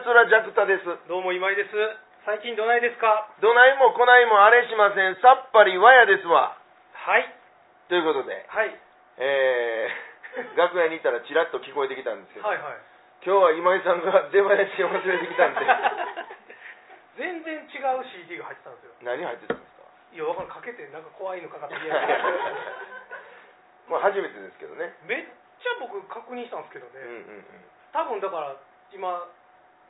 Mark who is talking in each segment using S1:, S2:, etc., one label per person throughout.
S1: 田です。
S2: どうも今井です。最近どないですか
S1: どないもこないもあれしません。さっぱりわやですわ。
S2: はい。
S1: ということで、
S2: はい。
S1: えー、 楽屋にいたらチラッと聞こえてきたんですけど、
S2: はいはい。
S1: 今日は今井さんが出囃子を忘れてきた んで、
S2: 全然違う CD が入ってたんですよ。
S1: 何入ってたんですか
S2: いや、わかんない。かけてなんか怖いのかかって嫌
S1: まあ初めてですけどね。
S2: めっちゃ僕確認したんですけど
S1: うん
S2: ね。
S1: うんうん。
S2: 多分だから今、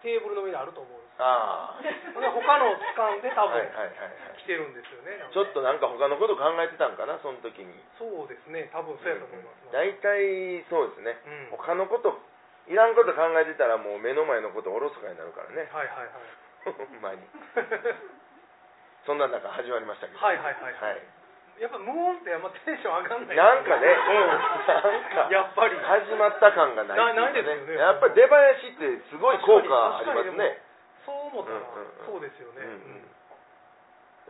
S2: テーブルの上にあると思うんです。
S1: ああ。
S2: ほんで他のを掴んで多
S1: はいはい
S2: 分
S1: はいはい。
S2: 来てるんですよね。
S1: ちょっとなんか他のこと考えてたんかな、その時に。
S2: そうですね。多分そうやと思います。
S1: 大体そうですね。
S2: うん。はい
S1: 他のこと、いらんこと考えてたらもう目の前のことおろそかになるからね。
S2: はいはい。
S1: ほんまに。そんな中始まりましたけど。
S2: はいはいはい
S1: はい。
S2: やっぱ無音ってあんまテンション上がんない
S1: なんかね、
S2: です
S1: うん、なん か、
S2: やっぱり。
S1: 始まった感がないってうか、
S2: なないですよね
S1: やっぱり出囃子ってすごい効果あ
S2: 確
S1: ります
S2: かに確かに
S1: ね。
S2: そう思ったら、
S1: うんうんうん
S2: そうですよね、
S1: うんうんや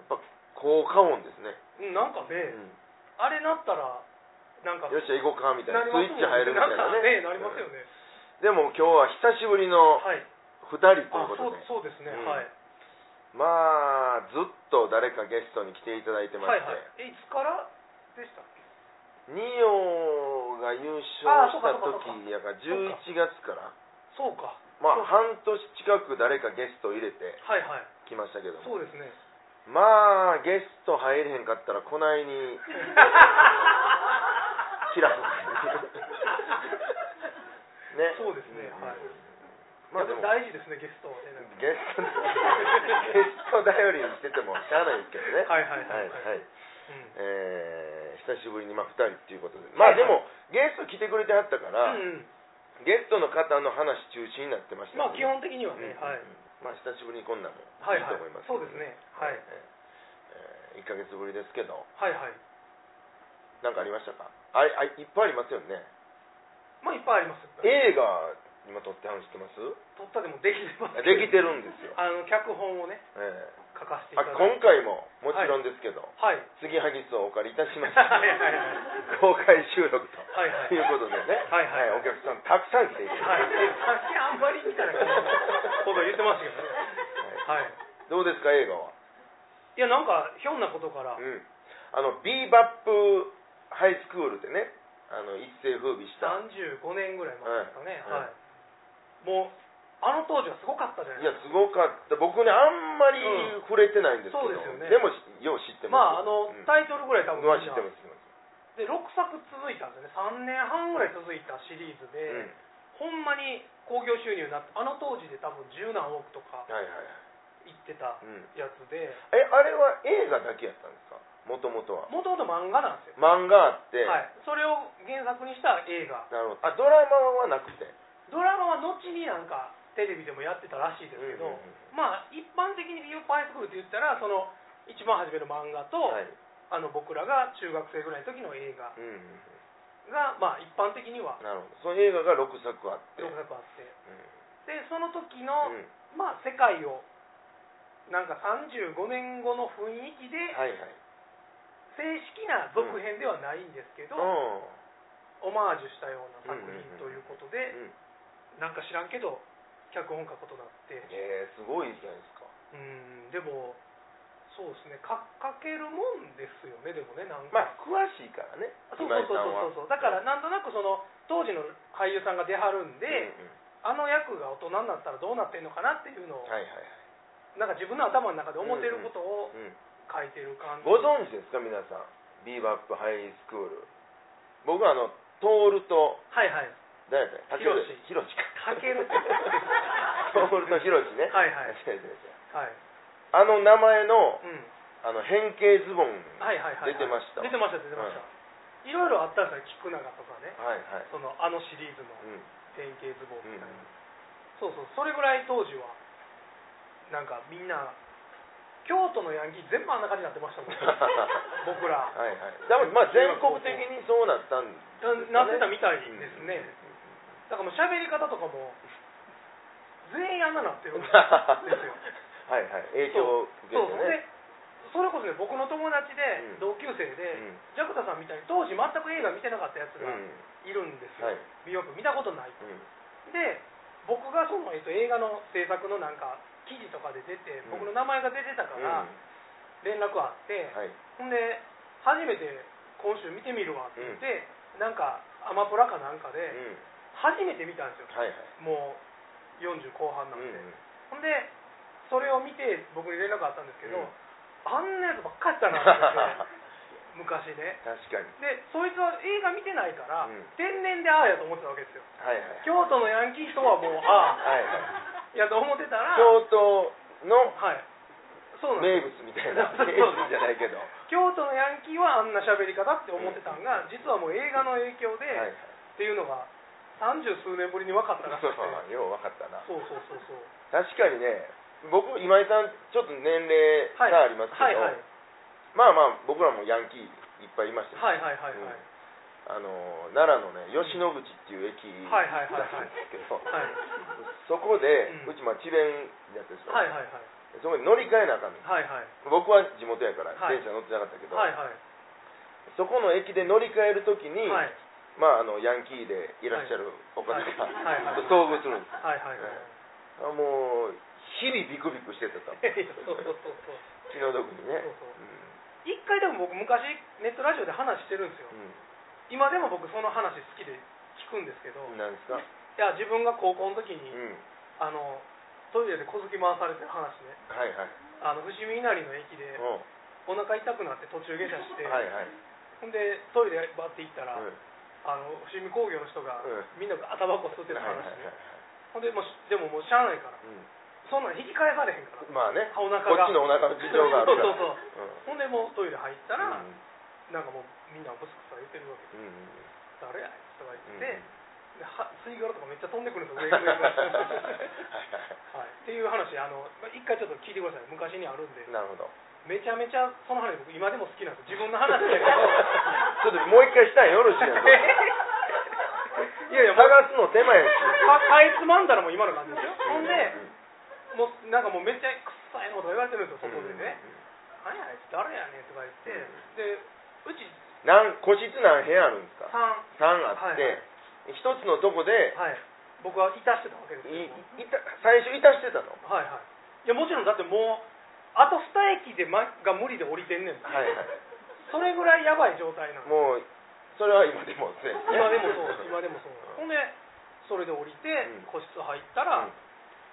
S1: っぱ効果音ですね。
S2: うんなんか
S1: う
S2: ね、
S1: ん
S2: あれなったらなんか
S1: よっしゃ、行こうか、みたいな。
S2: り
S1: ス
S2: ます
S1: イッチ入るみたいなね。
S2: んかねなりますよね、
S1: うんでも今日は久しぶりの
S2: はい
S1: 2人と
S2: あ
S1: いう
S2: そ
S1: こと
S2: う
S1: で。
S2: そうですね、
S1: うん
S2: はい
S1: まあ、ずっと誰かゲストに来ていただいてま
S2: はい
S1: して、
S2: はいえいつからでしたっけ
S1: ニオが優勝した時やから
S2: そうか
S1: 11月から、
S2: そうか
S1: ま
S2: そう
S1: あ、半年近く誰かゲスト入れて
S2: はいはい
S1: きましたけども
S2: そうですね
S1: まあゲスト入れへんかったらこないに開くね
S2: そうですねはい
S1: まあでも
S2: やっぱ大事ですねゲストはねなんか
S1: ゲスト ゲスト頼りにしててもしゃあないですけどね
S2: はいはいはい
S1: はいはい
S2: うん
S1: えー久しぶりにまあ2人っていうことでまあでも、ゲスト来てくれてはったから、
S2: うん
S1: ゲストの方の話中心になってました
S2: まあ
S1: よ
S2: 基本的には
S1: うん
S2: ね、はい、
S1: まあ久しぶりにこんなんも
S2: はい
S1: いい
S2: は
S1: と
S2: い
S1: 思います、
S2: そうですねはい
S1: えー、1か月ぶりですけど
S2: はいはい
S1: なんかありましたかあれあいっぱいありますよね
S2: まあいっぱいあります
S1: 映画今撮ってはるの知ってます
S2: 撮ったでもできてます
S1: できてるんですよ、
S2: あの脚本をね
S1: え
S2: 書かせて
S1: え
S2: いた
S1: あ
S2: だいて
S1: 今回ももちろんですけど、
S2: はい
S1: 杉はぎすをお借りいたしまし
S2: は
S1: た
S2: いはいはい
S1: 公開収録と
S2: はいはい
S1: いうことでね、
S2: はいはい
S1: お客さんたくさん来ていた
S2: は
S1: だ
S2: い
S1: いて、
S2: さっきあんまりみたいなこと言ってましたけどねはい
S1: どうですか映画は、
S2: いやなんかひょんなことから、
S1: うん、あのビーバップハイスクールでねあの一世風靡した
S2: 35年ぐらい前ですかね、
S1: はい
S2: はいもうあの当時はすごかったじゃ
S1: い
S2: ない
S1: や
S2: です
S1: すごかった僕ねあんまり
S2: う
S1: 触れてないんですけど、
S2: そうですよね
S1: もよう知って
S2: か
S1: ま
S2: まああ
S1: す
S2: の、
S1: うん
S2: タイトルぐらい多分
S1: うわ知
S2: みん
S1: っ
S2: な
S1: てます知ってます
S2: で6作続いたんですよね3年半ぐらい続いたシリーズ
S1: うん
S2: で、ほんまに興行収入になってあの当時で多分十何億とか
S1: はいはいは
S2: い
S1: い
S2: ってた
S1: うん
S2: やつで
S1: えあれは映画だけやったんですかもともとは
S2: もともと漫画なんですよ
S1: 漫画あって、
S2: はい、それを原作にした映画
S1: なるほどあドラマはなくて
S2: ドラマは後になんかテレビでもやってたらしいですけど、
S1: うんうんうん
S2: まあ一般的にビューパイスクールって言ったらその一番初めの漫画と、
S1: はい、
S2: あの僕らが中学生ぐらいの時の映画
S1: うんうん
S2: が、まあ、一般的には
S1: うん、なるほどその映画が6作あって、
S2: 6
S1: うん
S2: 作あってでその時の、
S1: うん
S2: まあ、世界をなんか35年後の雰囲気で
S1: はいはい
S2: 正式な続編ではないんですけど、
S1: うん
S2: オマージュしたような作品ということで、
S1: うん
S2: なんか知らんけど脚本書くことになって
S1: えー、すごいじゃないですか
S2: うんでもそうですねかかけるもんですよねでもねなんか、
S1: まあ詳しいからね
S2: そうそう
S1: 今井
S2: そう
S1: さんは
S2: そうそうだからなんとなくその当時の俳優さんが出はるんで、
S1: うんうん
S2: あの役が大人になったらどうなってんのかなっていうのを、
S1: はいはいはい、
S2: なんか自分の頭の中で思ってることを
S1: うん
S2: 書いてる感じ、
S1: ご存知ですか皆さんビーバップハイスクール僕はあのトールと
S2: はいはい
S1: 誰だっけ
S2: ヒロシ
S1: ヒロシ
S2: か
S1: か
S2: け る
S1: トールとヒロシね
S2: はいはい
S1: 違う違う違う
S2: はい、
S1: あの名前の
S2: うん、
S1: あの変形ズボン
S2: はいはいはいはい
S1: 出てました
S2: 出てました出てました、いろいろあったんですよ菊永とかね
S1: はいはい
S2: そのあのシリーズの
S1: うん
S2: 典型ズボンみたいな、
S1: うん
S2: そうそうそれぐらい当時はなんかみんな京都のヤンキー全部あんな感じになってましたも ん僕ら
S1: はいはいだからまあ全国的にそうなったんですよね
S2: なってたみたいですね、だからもう喋り方とかも全員あんななってる
S1: うんん
S2: ですよ
S1: はいはい影響を 受けて
S2: そうそう
S1: ね
S2: でそれこそね僕の友達
S1: うん
S2: で同級生
S1: う
S2: で、
S1: ん
S2: ジャクタさんみたいに当時全く映画見てなかったやつ
S1: う
S2: が
S1: ん
S2: いるんです
S1: は
S2: よ、
S1: い
S2: 美容部見たことない
S1: うん
S2: で僕がその、えっと、映画の制作のなんか記事とかで出て、
S1: うん
S2: 僕の名前が出てたか
S1: うん
S2: ら連絡あって、
S1: はい
S2: ほんで初めて今週見てみるわって言って、なんかアマプラかなんか
S1: う
S2: で
S1: ん
S2: 初めて見たんですよ、
S1: はいはい
S2: もう40後半
S1: う
S2: なんん
S1: う
S2: で、
S1: ん
S2: ほんでそれを見て僕に連絡あったんですけど、
S1: うん
S2: あんなやつばっかりやったなって 思って昔ね
S1: 確かに
S2: でそいつは映画見てないから、
S1: うん
S2: 天然でああやと思ってたわけですよ
S1: はいはい
S2: 京都のヤンキーとはもうああ
S1: はいはい
S2: やと思ってたら
S1: 京都の
S2: はいそうなん
S1: 名
S2: です
S1: 物みたいな
S2: そう
S1: 名物じゃないけどは
S2: 京都のヤンキーはあんな喋り方って思ってたんが、実はもう映画の影響で、
S1: いはい
S2: っていうのが三十数年ぶりに分かったらしくて
S1: よう分かったな
S2: そうそうそうそう
S1: 確かにね僕今井さんちょっと年齢
S2: はい
S1: 差ありますけ
S2: はい
S1: ど
S2: はい
S1: まあまあ僕らもヤンキーいっぱいいましたね
S2: はいはいはいはい、
S1: うんあの奈良のね吉野口っていう駅
S2: はいはいはい
S1: らし
S2: はい
S1: いんですけど
S2: はい
S1: そこで
S2: うん
S1: うちまあ智弁やってるんですよ
S2: はいはいはい
S1: そこに乗り換えなあかんの
S2: はいはい
S1: 僕は地元やから
S2: はい
S1: 電車乗ってなかったけど
S2: はいはい
S1: そこの駅で乗り換えるときに
S2: はい
S1: まああのヤンキーでいらっしゃるお方
S2: は
S1: が
S2: いはいはい
S1: と遭遇するんです
S2: はいはいはい
S1: あもう日々ビクビクしてた多分
S2: そうそうそうそう
S1: 気の毒にね
S2: そうそう一回でも僕昔ネットラジオで話してるんですよ
S1: うん
S2: 今でも僕その話好きで聞くんですけど、
S1: うん
S2: い
S1: なんですか
S2: や自分が高校の時
S1: う
S2: に、
S1: ん
S2: あのトイレで小突き回されてる話ね
S1: はいはい
S2: あの伏見稲荷の駅で
S1: うん
S2: お腹痛くなって途中下車して、
S1: はいはい
S2: ほんでトイレバッて行ったら、
S1: うん
S2: あの伏見工業の人が、
S1: う
S2: みんながタバコ吸ってる
S1: はいはい
S2: 話
S1: はい
S2: ね、ほんでもうしでももうしゃあないからそんなん引き返されへんから
S1: うんまあね
S2: お腹
S1: こ
S2: が
S1: っちのお腹の事情があるから
S2: そうそう
S1: うん
S2: ほんでもうトイレ入ったら、
S1: うん
S2: なんかもうみんなブスブス言ってるわけ
S1: うんうん
S2: 誰やあいつとか言
S1: う
S2: っ
S1: ん
S2: て、では吸い殻とかめっちゃ飛んでくるんですよ上
S1: はい
S2: 上上
S1: は
S2: はい、っていう話あのまあ一回ちょっと聞いてください昔にあるんで
S1: いなるほど
S2: めちゃめちゃその話僕今でも好きなんですよ自分の話だけど
S1: ちょっともう一回したいよろしいやんそれ
S2: いやいやもう
S1: 探すの手間やし
S2: かかいつまんだらもう今の感じですよほんで
S1: う
S2: もうなんかもうめっちゃ臭いのとか言われてるんですよ
S1: うん
S2: 外でね「何やあいつ誰やねん」とか言ってでうち
S1: なん個室何部屋あるんですか
S2: 3
S1: 3あって一つのとこで
S2: はい僕はいたしてたわけです
S1: い
S2: よ
S1: いた最初いたしてたの
S2: はいはいいやもちろんだってもうあと2駅で、ま、が無理で降りてんねんもん
S1: はいはい
S2: それぐらいやばい状態なんで
S1: もうそれは今でもね
S2: 今でも そう今
S1: で
S2: でもそうほんでそれで降りて
S1: うん
S2: 個室入ったら、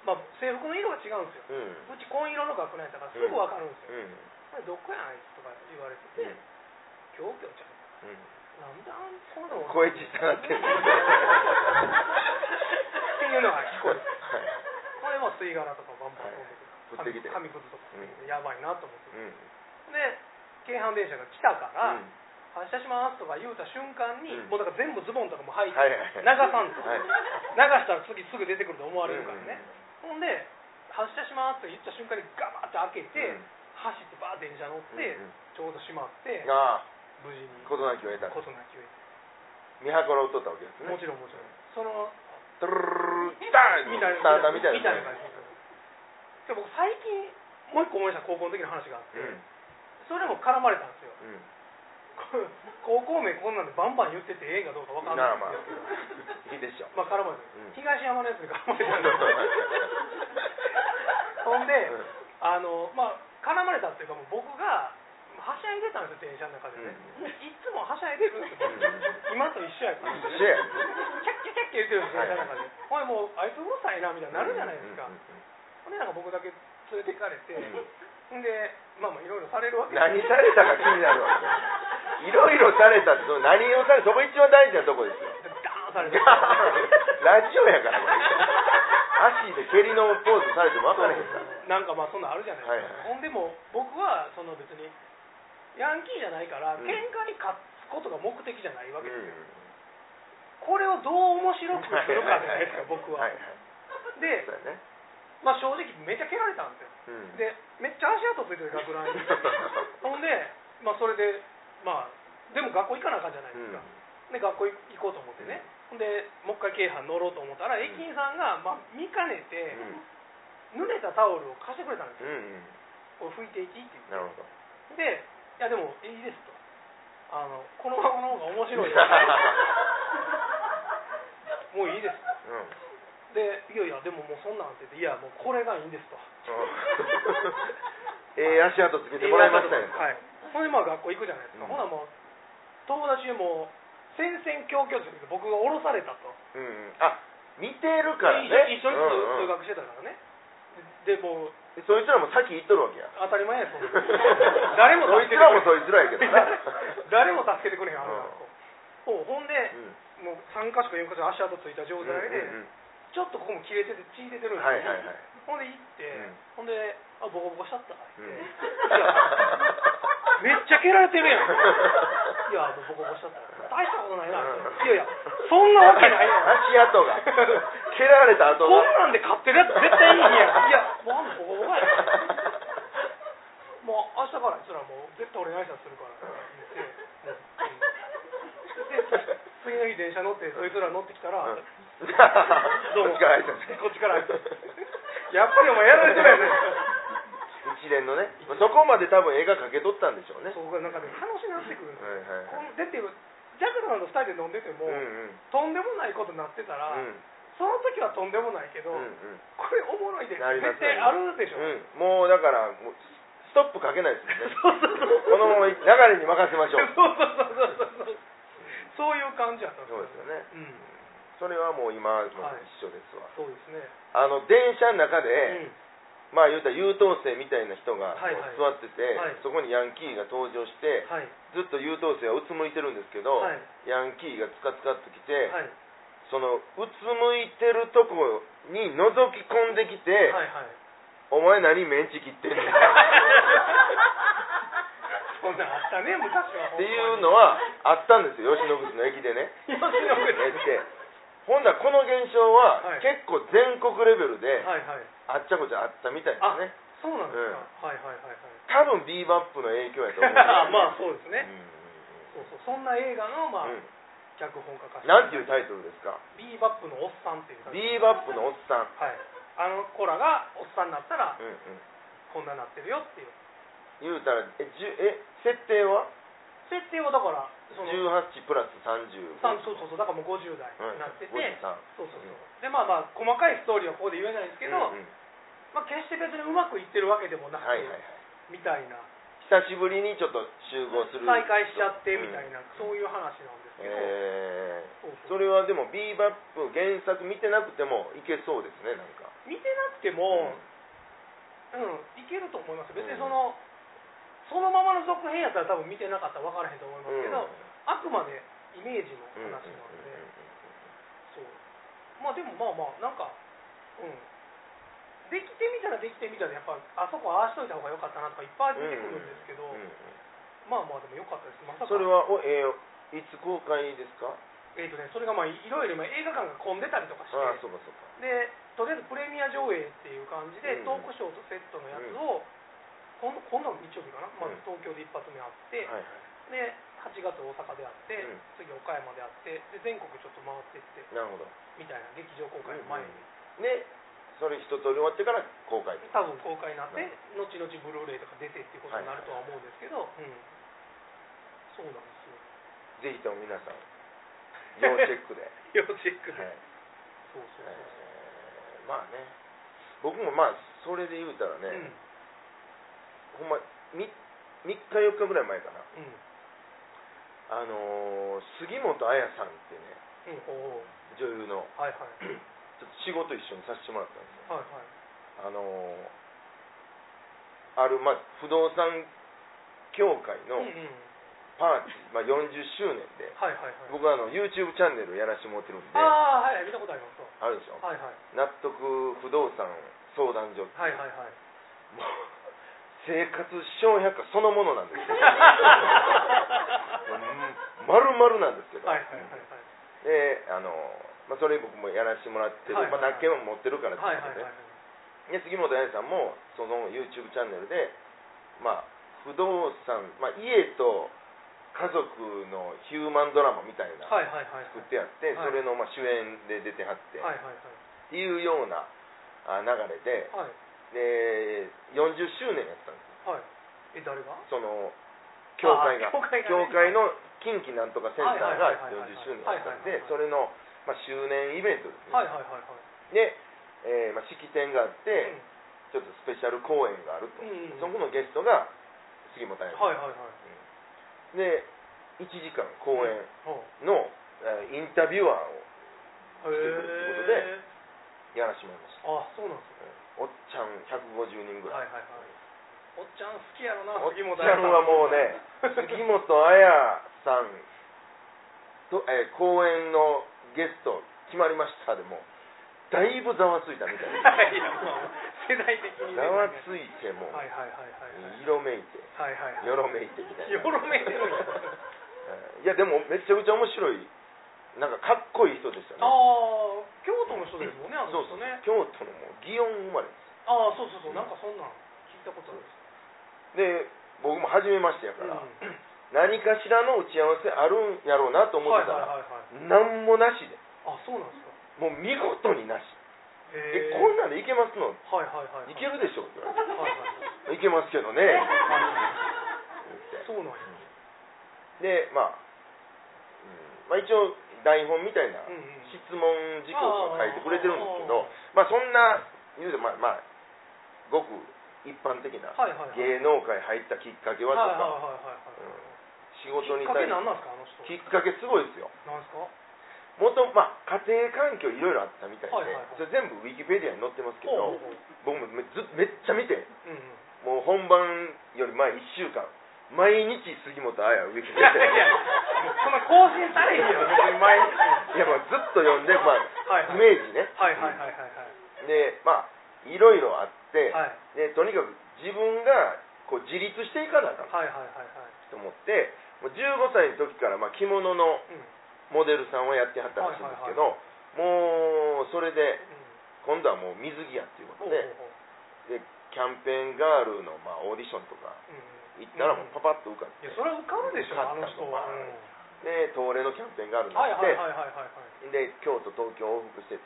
S2: まあ、制服の色が違うんですよ
S1: うんうん
S2: うち紺色の学年やったからすぐ分かるんですよ、
S1: うん
S2: これどこやあいつとか言われてて、キョウキョウちゃんなんであんこの
S1: 声小さなって る
S2: っていうのが聞こえる
S1: は
S2: これ
S1: い
S2: も吸い殻とかバンバン飛んでくる、
S1: はい
S2: 紙紙くずとか、
S1: うん
S2: やばいなと思って
S1: うん
S2: で京阪電車が来たから
S1: うん
S2: 「発車します」とか言うた瞬間に、
S1: うん
S2: もうだから全部ズボンとかも入って、
S1: はいはい
S2: 流さんと、
S1: はい
S2: 流したら次すぐ出てくると思われるからね、ほんで「発車します」と言った瞬間にガバッと開けて、
S1: うん
S2: 走ってバーッ電車乗って、
S1: うんうん
S2: ちょうど閉まって
S1: ああ
S2: 無事に
S1: 事なきを得た
S2: 事なきを得
S1: 見計らうとったわけです
S2: て
S1: ね
S2: もちろんもちろんその
S1: トゥルルルルダー
S2: み
S1: ン
S2: たいな
S1: スターターみたい
S2: み
S1: な
S2: たいな感じで僕最近もう一個思い出した高校の時の話があって、
S1: うん
S2: それも絡まれたんで すよ
S1: うん
S2: こ高校名こんなんでバンバン言っててええんかどうかわかんない
S1: まあ
S2: んですけど
S1: いいでしょ
S2: まあ絡まれた、
S1: うん
S2: 東山のやつに絡まれたんです よほんで、
S1: うん
S2: あのまあ絡まれたっていうかもう僕がはしゃいでたんですよ電車の中でね、
S1: うん
S2: いつもはしゃいでるんですよ、
S1: う
S2: 今と一緒やから
S1: 一緒や
S2: キャッキャキャッキャ言ってるんですよ電車の中で、おいもうあいつうるさいなみたいになるじゃないですか、
S1: うんうん
S2: ほんでなんか僕だけ連れて行かれて、
S1: うん
S2: ん、でまあまあいろいろされるわけ
S1: 何されたか気になるわけいろいろされたってその何をされそこ一番大事なとこですよ
S2: ダーンされて
S1: ラジオやからこれ足で蹴りのポーズされても分からへんから
S2: なんかまあそんなんあるじゃないですか、ほ
S1: はいはい
S2: んでもう僕はその別にヤンキーじゃないから
S1: うん
S2: 喧嘩に勝つことが目的じゃないわ
S1: う
S2: けですよ、
S1: ん
S2: これをどう面白くするかじゃないですか僕は、
S1: いい
S2: で
S1: そうやね
S2: まあ正直めっちゃ蹴られたんですよ
S1: うん
S2: でめっちゃ足跡ついてる学ランに ほんでまあそれでまあでも学校行かなあかんじゃないですか、で学校行こうと思ってね、ほんでもう一回京阪乗ろうと思ったら
S1: ん
S2: 駅員さんが、まあ、見かねて、濡れたタオルを貸してくれたんです
S1: うん
S2: よ、
S1: うんうん
S2: これ拭いていきって言って
S1: なるほど
S2: で「いやでもいいです」と「あのこのま まの方が面白いもういいです」
S1: うん
S2: でいやいやでももうそんなんって言っていやもうこれがいいんですと
S1: ええ足跡つけてもらいましたね。
S2: はいほんでまあ学校行くじゃないですか、
S1: うん
S2: ほなもう友達にもう戦々恐々として僕が降ろされたと
S1: うんうん。あ、似てるからね。
S2: 一緒一緒に
S1: うんう
S2: 通
S1: ん
S2: 学してたからねででもう
S1: でそいつらも先行っとるわけや。
S2: 当たり前やそん な誰も
S1: そいつらもそい
S2: 助けてくれん
S1: つらやけど な。
S2: 誰も助けてくれへんあの学校、ほうほんで、
S1: うん
S2: もう3か所か4か所足跡ついた状態で、
S1: うんうん
S2: ちょっとここも切れてて血出てるんですよ、
S1: はいはいはい。
S2: ほんで行って、
S1: うん
S2: ほんであボコボコしちゃったって、
S1: う
S2: い
S1: ん
S2: やめっちゃ蹴られてるやんいやもうボコボコしちゃった大したことないな、っていやいやそんなわけないやん
S1: 足 跡が。蹴られた
S2: こ
S1: 跡
S2: ん
S1: が。
S2: なんで買ってるやつ絶対いいやんいやもうあんたボコボ コやんもう明日からあいつらもう絶対俺の挨拶するからって 言って、で次の日電車乗ってそいつら乗ってきたら、
S1: うんど
S2: どう
S1: う
S2: も
S1: も。こっちから挨拶
S2: こっちから挨拶やっぱりお前やられてるや
S1: 一連のね。そこまで多分映画かけとったんでしょう
S2: ね
S1: ね。
S2: そうなんかね楽しなってくるんですよ
S1: はいはい
S2: こ
S1: はい。
S2: んだってジャクさんと2人で飲んでても、
S1: うんうん。
S2: とんでもないことになってたら、
S1: うん
S2: その時はとんでもないけど、
S1: うんうん。
S2: これおもろいです
S1: なります
S2: 絶対あるでしょ、
S1: うん、もうだからもうストップかけないですよね
S2: そうそうそう
S1: このまま流れに任せまし
S2: そ
S1: ょ
S2: う
S1: う
S2: そう そうそうそうそういう感じやったん
S1: そうですよね
S2: うん
S1: それはもう今、まあ
S2: はい
S1: 一緒ですわ、
S2: そうですね、
S1: あの電車の中
S2: う
S1: で、
S2: ん
S1: まあ言うたら優等生みたいな人が
S2: はいはい
S1: 座ってて、
S2: はい
S1: そこにヤンキーが登場して、
S2: はい
S1: ずっと優等生はうつむいてるんですけど、
S2: はい
S1: ヤンキーがつかつかっときて、
S2: はい
S1: そのうつむいてるとこに覗き込んできて、
S2: はい はい
S1: お前何メンチ 切ってんねん
S2: そんなんあったね昔は
S1: っていうのはあったんですよ吉野口の駅でね
S2: 吉野
S1: え
S2: 部で
S1: ってほんならこの現象は
S2: はい
S1: 結構全国レベルで
S2: はいはい
S1: あっちゃこっちゃあったみたいで
S2: あ
S1: すね
S2: そうなんです
S1: うん
S2: か、はいはいはいはい
S1: 多分ビーバップの影響やと思うんですよ
S2: あ まあそうですね、そうそうそんな映画の、まあ
S1: うんうん
S2: 脚本家か
S1: なんていうタイトルですか
S2: ビーバップのおっさんっていう感じ
S1: ビーバップのおっさん
S2: はいあの子らがおっさんになったら
S1: うんうん
S2: こんなになってるよっていう
S1: 言うたらえじゅえ設定は
S2: 設定はだからその
S1: 18プラス30
S2: さんそうそうそうだからもう50代になってて、
S1: 53
S2: そうそうそうでまあまあ細かいストーリーはここで言えないんですけど、
S1: うんうん
S2: まあ、決して別にうまくいってるわけでもなく、
S1: はいはいはい
S2: みたいな
S1: 久しぶりにちょっと集合する
S2: 再会しちゃってみたい
S1: うん
S2: な、そういう話なんですけど、
S1: えー
S2: そう
S1: そ
S2: そう
S1: れはでもビーバップ原作見てなくてもいけそうですねなんか
S2: 見てなくても、うん、いけると思います別にその、そのままの続編やったら多分見てなかったら分からへんと思いますけど、あくまでイメージの
S1: うんうんうんうん
S2: 話なんで、そうまあでもまあまあなんかうんできてみたらできてみたらやっぱあそこああしといた方が良かったなとかいっぱい出てくるんですけど、
S1: うんうんうん
S2: まあまあでも良かったですまさか
S1: それはお、えーいつ公開ですか
S2: えーとね、それがまあいろいろ今映画館が混んでたりとかして
S1: ああそうかそうか
S2: でとりあえずプレミア上映っていう感じで、
S1: うん
S2: トークショーとセットのやつを、今度今度の日曜日かな、ま
S1: う
S2: ず
S1: ん
S2: 東京で一発目あって、
S1: はいはい
S2: で8月大阪であって、
S1: うん
S2: 次岡山であってで全国ちょっと回ってって
S1: なるほど
S2: みたいな劇場公開の前に、
S1: でそれ一通り終わってから公開
S2: 多分公開になって、
S1: うん
S2: 後々ブルーレイとか出てっていうことになるとは思うんですけど、うんそうなんですよ
S1: ぜひとも皆さん要チェック で、は
S2: 要チェックで、
S1: い
S2: そうそうそう
S1: えーまあね僕もまあそれで言うたら
S2: そう、
S1: ね、ほんま3日4日ぐらい前かな
S2: うんうん
S1: あのー杉本彩さんって
S2: う
S1: ね
S2: んおうおう
S1: 女優の
S2: はいはいはい
S1: ちょっと仕事一緒にさせてもらったんで
S2: はい
S1: すよあのーある、まあ、不動産協会の
S2: うんうん
S1: パーティー、まあ、40周年で
S2: はいはいはい
S1: 僕はあの YouTube チャンネルやらしてもらってるんであ
S2: ああはい見たことありますわ
S1: るでしょ
S2: はいはい
S1: 納得不動産相談所
S2: はいはいはい
S1: もう生活小百科そのも のなんですよまるまるなんですけど、
S2: はいはいはいはい
S1: であのー、まあ、それ僕もやらしてもらってる、
S2: はいはいはい
S1: まあ、何件も持ってるからって
S2: はい
S1: いう
S2: はい
S1: ことで
S2: はい
S1: で杉本彩さんもその YouTube チャンネルで、まあ、不動産、まあ、家と家族のヒューマンドラマみたいな
S2: はいはいはい
S1: 作ってやって、
S2: はい
S1: それのまあ主演で出てはって、
S2: はいはいはい
S1: っていうようなあ流れで
S2: はい
S1: で40周年やったんで
S2: はいえ誰が
S1: すよその教会が
S2: あ教会がね
S1: 教会の近畿なんとかセンター
S2: はい
S1: が
S2: はいはいはい
S1: 40周年やったん
S2: はいはいはい
S1: で
S2: はい
S1: それの、まあ、周年イベントですね、
S2: はいはいはいはい
S1: で、えーまあ、式典があっ
S2: う
S1: て、
S2: ん
S1: ちょっとスペシャル公演があると、
S2: うん
S1: そこのゲストが杉本彩さん、
S2: はいはいはい
S1: で1時間公演
S2: ほう
S1: の、えーインタビュアーを
S2: へえ
S1: やらしてもらいました
S2: あそうなんですね
S1: おっちゃん150人ぐ
S2: はいは
S1: らい、
S2: いはいおっちゃん好きやろな
S1: おっち
S2: 杉本
S1: ゃんはもうね杉本彩さんと、えー公演のゲスト決まりましたでもだいぶざわついたみたいな
S2: いやまあ世代的に
S1: ざ
S2: ね
S1: わついてもう
S2: はいはいはいはい
S1: 色めいて
S2: はいはいはい
S1: よろめいてみたいな
S2: よろめいてるんや
S1: えーいやでもめちゃくちゃ面白いなんかかっこいい人でし
S2: あ
S1: たね
S2: あ京都の人ですもんねあの
S1: そう
S2: 人
S1: そう
S2: ね
S1: 京都のもう祇園生まれです
S2: ああそうそうそうなんかそんなん聞いたことある
S1: で僕も初めましてやから、
S2: うん
S1: 何かしらの打ち合わせあるんやろうなと思ってたら、
S2: はいはいはいはい
S1: なんもなしで
S2: あそうなんですか
S1: もう見事になし
S2: へ
S1: えこんなんでいけますの
S2: はいはいはいはい
S1: いけるでしょって言われ
S2: はいはい
S1: ていけますけどね
S2: そうなんや
S1: でまあ、うんまあ一応台本みたいな
S2: うんうん
S1: 質問事項とか書いてくれてるんですけど
S2: あ
S1: まあそんな言うてまあまあごく一般的な
S2: はいはいはい
S1: 芸能界入ったきっかけは
S2: はいはい
S1: とか
S2: はいはいはい
S1: うん仕事に
S2: きっかけ
S1: 対して
S2: なんなんですかあの人
S1: きっかけすごいですよ
S2: なんですか
S1: もとまあ家庭環境いろいろあったみたいで、
S2: はいはいはい
S1: それ全部ウィキペディアに載ってますけ
S2: ほ
S1: ど
S2: うほうほう
S1: 僕もめずめっちゃ見て
S2: うんうん
S1: もう本番より前1週間毎日杉本彩ウィキペ
S2: い
S1: ディ
S2: やいやそんな更新 されへんよ別に毎
S1: ア い
S2: 日
S1: やもうずっと読んで、ま
S2: はい
S1: あ、
S2: はい
S1: イメージね、
S2: はいはいはいはいはい
S1: でまあいろいろあって、
S2: はい
S1: でとにかく自分がこう自立していかなあかん
S2: はいはいはいはい
S1: と思ってもう15歳の時からまあ着物の
S2: うんうん
S1: モデルさんをやってはったらしいんですけど、もうそれで今度はもう水着やっていう
S2: ほ
S1: こ
S2: うほう
S1: とで、
S2: ほう
S1: でキャンペーンガールの、まあ、オーディションとか
S2: うん
S1: 行ったらもうパパッと受かっ
S2: い
S1: て、
S2: やそれは受かるでしょあの人は
S1: 受かったと
S2: うん
S1: で東レのキャンペーンガールに
S2: はい
S1: なっ
S2: はい
S1: て、
S2: はいはいはいはい
S1: で京都東京往復してて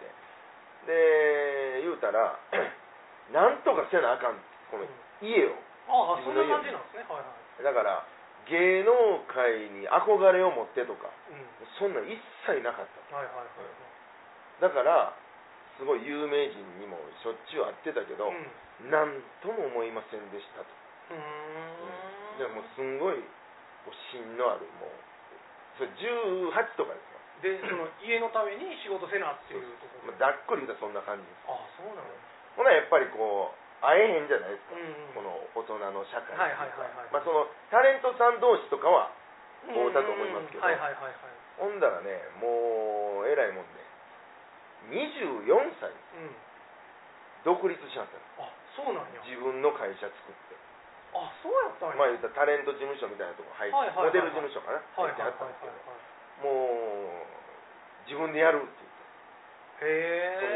S1: で言うたら なんとかせなあかんこの家を
S2: ああそんな感じなんですねはいはい
S1: だから芸能界に憧れを持ってとか
S2: うん
S1: そんなん一切なかっ
S2: はいはいはい
S1: ただからすごい有名人にもしょっちゅう会ってたけど、
S2: はいうん
S1: なんとも思いませんでしたと
S2: うーん
S1: でもうすんごいこう芯のあるもうそれ18とかですよ
S2: でその家のために仕事せなっていうところ
S1: まあ、ざっくり言うとそんな感じです
S2: ああそうなの
S1: ほなやっぱりこう会えへんじゃないですか、
S2: うん
S1: この大人の社会
S2: はいはいはいはい
S1: まあ、そのタレントさん同士とかは
S2: うん
S1: 会うたと思いますけど
S2: はいはいはいはい
S1: ほんだらねもうえらいもんで24歳
S2: うん
S1: 独立しはったの
S2: あそうなんや
S1: 自分の会社作って
S2: あそうやったんや
S1: まあ言ったらタレント事務所みたいなとこ入って、
S2: はいはいはいはい
S1: モデル事務所かな
S2: はいは
S1: 入
S2: い
S1: って
S2: はい
S1: は
S2: はいは
S1: ったん
S2: い
S1: ですけどもう自分でやるって言っ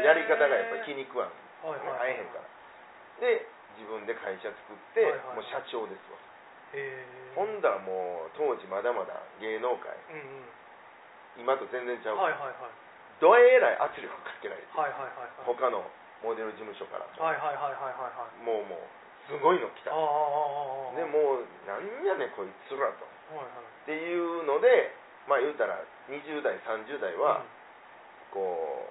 S2: へ
S1: てその
S2: え
S1: やり方がやっぱり気に食わん、
S2: はいはい
S1: 会えへんからで自分で会社作って、
S2: はいはい
S1: もう社長ですわ
S2: へえ
S1: ほんだらもう当時まだまだ芸能界
S2: うんうん
S1: 今と全然ちゃう、
S2: はいはいはい
S1: どえらい圧力かけられて
S2: はいはいはいはい
S1: 他のモデル事務所から
S2: はいはいはいはいはいはい
S1: もうもうすごいの来
S2: ああ
S1: た
S2: ああああ
S1: でもうなんやねんこいつらと
S2: はい
S1: っ
S2: はい
S1: ていうのでまあ言うたら20代30代
S2: う
S1: は
S2: ん
S1: こ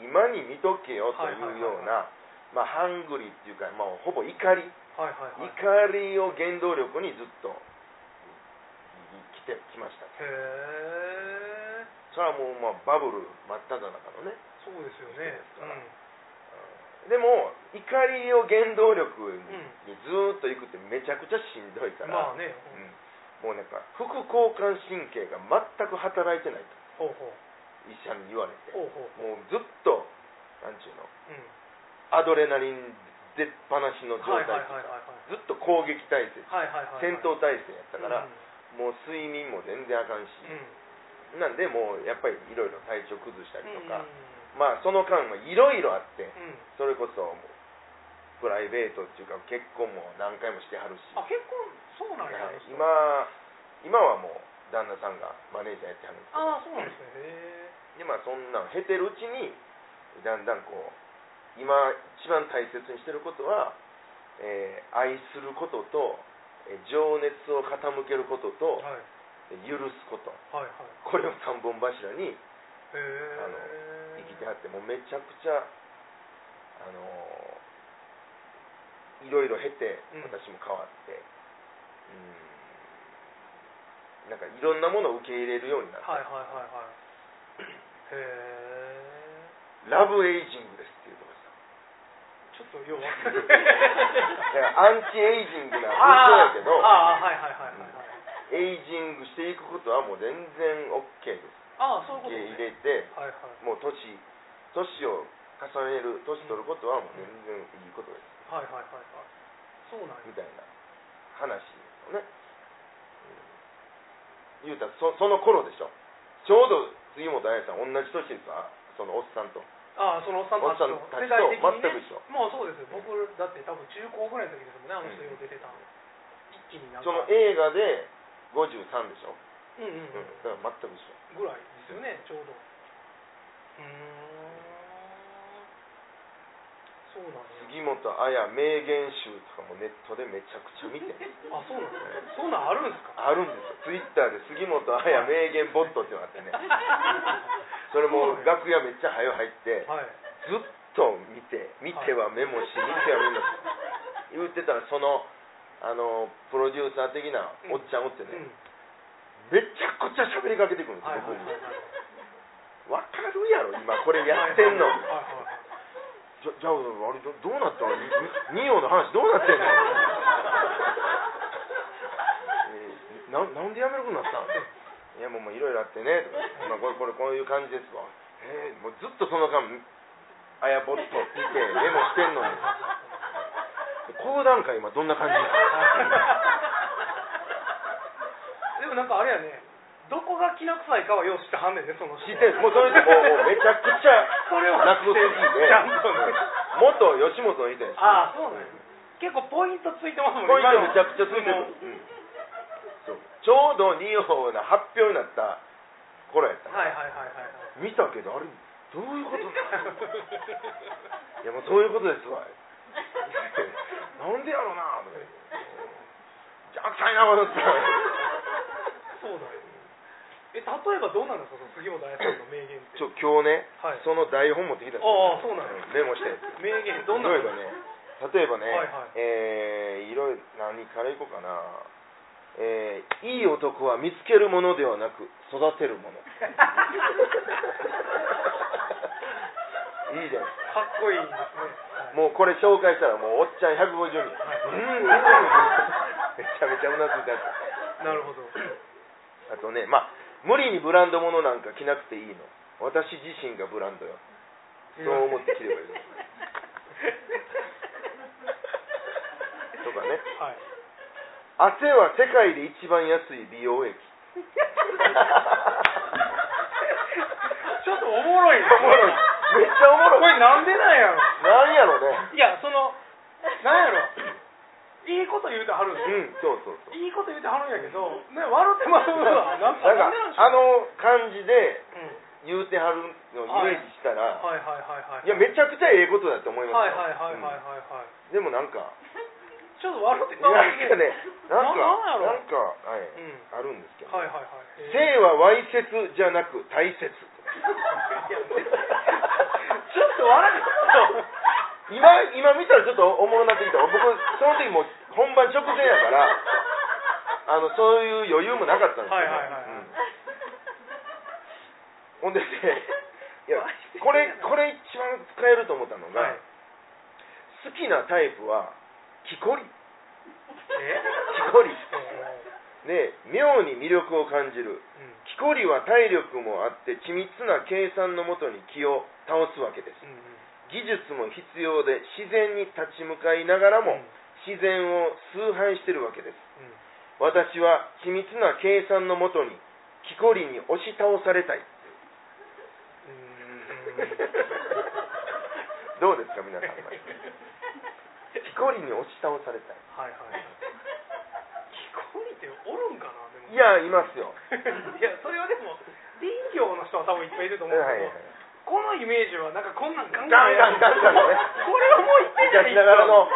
S1: う今に見とけよというようなまあハングリーっていうかまあほぼ怒り
S2: はいはいはい
S1: 怒りを原動力にずっと来てきました
S2: へえ
S1: ねそれはもうまあバブル真っ只中のね
S2: そうですよね
S1: そう
S2: う
S1: ですから
S2: ん
S1: でも怒りを原動力
S2: ん
S1: にずーっと行くってめちゃくちゃしんどいから、
S2: まあね
S1: うんもうなんか副交感神経が全く働いてない
S2: ほ
S1: と
S2: うほ
S1: 医者に言われて
S2: うほうほう
S1: もうずっとなんちゅうの
S2: うん
S1: アドレナリン出っ放しの状
S2: はい
S1: 態
S2: はいはい
S1: と
S2: はい
S1: か
S2: はい
S1: ずっと攻撃態勢
S2: はいはいはい
S1: 戦闘態勢やったから、
S2: うん
S1: もう睡眠も全然あかんし、
S2: う
S1: なんでもうやっぱりいろいろ体調崩したり
S2: ん
S1: と
S2: うん
S1: か、まあその間はいろいろあって
S2: うん
S1: それこそもうプライベートっていうか結婚も何回もしてはるし、
S2: あ結婚そうなんや
S1: は
S2: あ
S1: い
S2: の人
S1: 今今はもう旦那さんがマネージャーやってはるんですけど
S2: ああそうなんですねへえ
S1: でまあそんなん経てるうちにだんだんこう今一番大切にしてることは、えー愛することと、えー情熱を傾けること
S2: は
S1: と
S2: い、はい
S1: 許すこと
S2: はい
S1: これを三本柱に
S2: へえ
S1: 生きてはってもうめちゃくちゃあのいろいろ経て
S2: うん
S1: 私も変わって、うんなんかいろんなものを受け入れるようになった、
S2: はいはいはいはい。へえ。
S1: ラブエイジングですっていうところです
S2: ちょっとようわかん ない。
S1: だから アンチエイジングな
S2: あ
S1: 文章やけ
S2: ー
S1: ど
S2: あー、はいはいはいはいはい。
S1: エイジングしていくことはもう全然 OK です
S2: ああ、そう
S1: 受け
S2: いうこと
S1: 入
S2: ね。
S1: れて
S2: はいはい。
S1: もう年年を重ねる年取ることはもう全然いいことです
S2: はいはいはいはい。そうなん
S1: み
S2: や。
S1: たいな話をね、うん、言うたらそその頃でしょちょうど杉本彩さん同じ年ですわそのおっさんと
S2: ああ、そのおっさん
S1: おっさん
S2: と
S1: た
S2: 世
S1: ちと
S2: 代的に、ね、
S1: 全く一緒
S2: もうそうですよ。僕だって多分中高ぐらいの時ですもんね。あの人よう出てたの。一気になんか。
S1: その映画で53でしょ、
S2: うんうん
S1: うん、
S2: うん。
S1: だから全く一緒
S2: ぐらいですよね、ちょうど。うーん。そうなんや。
S1: 杉本彩名言集とかもネットでめちゃくちゃ見て
S2: あ、そうなんや。そんなんあるんですか
S1: あるんですよツイッターで杉本彩名言ボットってのがあっ てね それもう楽屋めっちゃ早入って
S2: はい。
S1: ずっと見て見てはメモし見てはメモし言ってたらそのあのプロデューサー的なおっちゃんおって
S2: う
S1: ね、
S2: ん。
S1: めちゃくちゃ喋りかけてくるんです
S2: はい
S1: よ、
S2: はいはい
S1: 僕に
S2: はい。
S1: わかるやろ今これやってんの
S2: はいはいはいはい
S1: じゃじゃああれどどうなったのニニオの話どうなってんの、えーななんでやめることになったの いやもうもういろいろあってねとか言ってまあこれこれこういう感じですわえーもうずっとその間あやぼっと見て メモしてんのに講談会今どんな感じな
S2: でもなんかあれやね、どこがきな臭いかはよう知ってはんねんね、その
S1: の知ってんすもうそれでもうもうめちゃくちゃ
S2: それは
S1: 落
S2: 知って
S1: 語好
S2: る
S1: きで
S2: ちゃんとね。
S1: 元吉本の人やし
S2: ああ、そうなんや結構ポイントついてますもん
S1: ポイントめちゃ
S2: 今の
S1: くちゃついてる、うんそうちょうど二王の発表になった頃やった
S2: はい
S1: から、
S2: はいはいはいはい。
S1: 見たけどあれどういうこといやもうそういうことです わなんでやろうなとか言って邪悪さいなこの人
S2: そうなんやえ、例えばどうなんですか、その杉本彩さんの名言って。
S1: ちょ今日ね、
S2: はい
S1: その台本持ってきたんですよ
S2: ああそうなんや
S1: メモして
S2: 名言、どんな
S1: 例えばね 例えばね、
S2: はいはい
S1: えーいろいろ何からいこうかなえーいい男は見つけるものではなく育てる ものいいじゃないですか
S2: かっこいいですね。
S1: もうこれ紹介したらもうおっちゃん150人、 うん見てるめちゃめちゃうなずいたや
S2: なるほど。
S1: つあとねまあ無理にブランドものなんか着なくていいの私自身がブランドよそう思って着ればい いのとかね
S2: はい。
S1: 汗は世界で一番安い美容液
S2: ちょっとおもろいね
S1: おもろいめっちゃお
S2: こ
S1: もろい
S2: れなんでなんやろ
S1: なんやろね
S2: いやそのなんやろいいこと言うてはるん
S1: う
S2: ですよ
S1: んそうそうそう
S2: いいこと言うてはるんやけどね笑ってますわなんか
S1: なん
S2: なん
S1: か
S2: でなんでしょ
S1: あの感じで
S2: う、うん、
S1: 言うてはるのをイメージしたら、
S2: はいはいはいはい
S1: い、やめちゃくちゃええことだと思いますよ
S2: はいはいはいはいはいはい
S1: うんでもなんか
S2: ちょっと笑って
S1: な
S2: ま
S1: ん
S2: す
S1: かねなんか
S2: なんやろ
S1: なんか、は
S2: う
S1: い
S2: ん
S1: あるんですけど、
S2: はいはいはいえー
S1: 性はわいせつじゃなく大切
S2: いやちょっと笑って
S1: 今今見たらちょっとおもろなってきた僕その時もう本番直前やからあのそういう余裕もなかったんですよ、
S2: はいはいはいはい
S1: うんほんでね いやこれこれ一番使えると思ったのが、
S2: はい
S1: 好きなタイプは木こり
S2: え
S1: 木こりで妙に魅力を感じる
S2: うん
S1: 木こりは体力もあって緻密な計算のもとに木を倒すわけです
S2: うんうん
S1: 技術も必要で自然に立ち向かいながらも自然を崇拝してるわけです
S2: うんうん
S1: 私は緻密な計算のもとに木こりに押し倒されたいどうですか 皆さん木こりに押し倒されたい
S2: はいはい。木こりっておるんかなでも。
S1: いやいますよ
S2: いやそれはでも林業の人は多分いっぱいいると
S1: はい
S2: 思う
S1: はい
S2: け
S1: はい
S2: ど、このイメージはなんかこんなんガン
S1: ガンガンガンガンのね
S2: これはもう一回
S1: 昔ながらの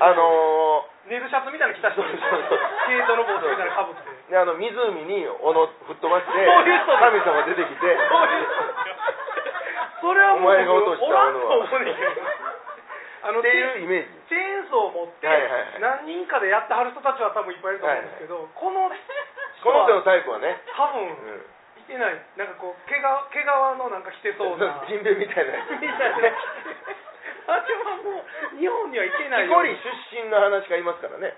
S1: あの
S2: 寝るシャツみたいなの着た人
S1: そう
S2: で
S1: そう
S2: す
S1: そう
S2: 毛糸の帽子みたいなのかぶって。
S1: ーであの湖に斧吹っ飛ばして
S2: そういう人です
S1: 神様出てきて
S2: そういう人ですよそれはもう
S1: お前が落とした
S2: おらん
S1: 斧
S2: と
S1: は
S2: 思うねんけど。あの
S1: っていうイメージ
S2: チェーンソーを持って
S1: はいはいはい
S2: 何人かでやってはる人たちは多分いっぱいいると思うんですけど、この人
S1: この人の
S2: は
S1: タイプはね、
S2: 多分
S1: うん、
S2: いけないなんかこう毛皮毛皮のなんかしてそうな
S1: ジンベエみたいなやつ
S2: みたいなあれはもう日本にはいけない
S1: ピコリ出身の話がいますからね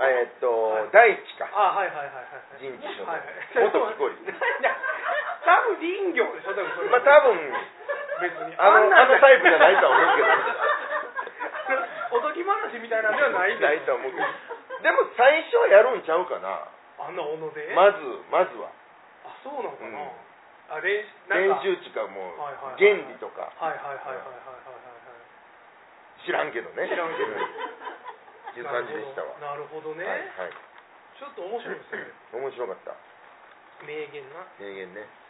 S1: えーっと、
S2: はい
S1: 大地か
S2: あはいはいはいはい
S1: 人事所
S2: はい
S1: 元 木こり
S2: いや多分林業でしょ多分それ
S1: まあ多分
S2: 別に
S1: あの
S2: んん
S1: あのタイプじゃないとは思うけどね
S2: おとぎ話みたいなんではない
S1: ないとは思うけどでも最初はやるんちゃうかな
S2: あんなおので、
S1: まずまずは
S2: あそうなのかな、
S1: うん
S2: あ練習
S1: 練
S2: なんか
S1: 習値かもう
S2: はいはいはい
S1: 原理とか
S2: はいはいはいはいはいはい
S1: 知らんけどね
S2: 知らんけど
S1: うんって いう
S2: はいはい
S1: 感じでしたわ
S2: なるほどね、
S1: はいはい
S2: ちょっと面白いですね
S1: 面白かった
S2: 名言な
S1: 名言ね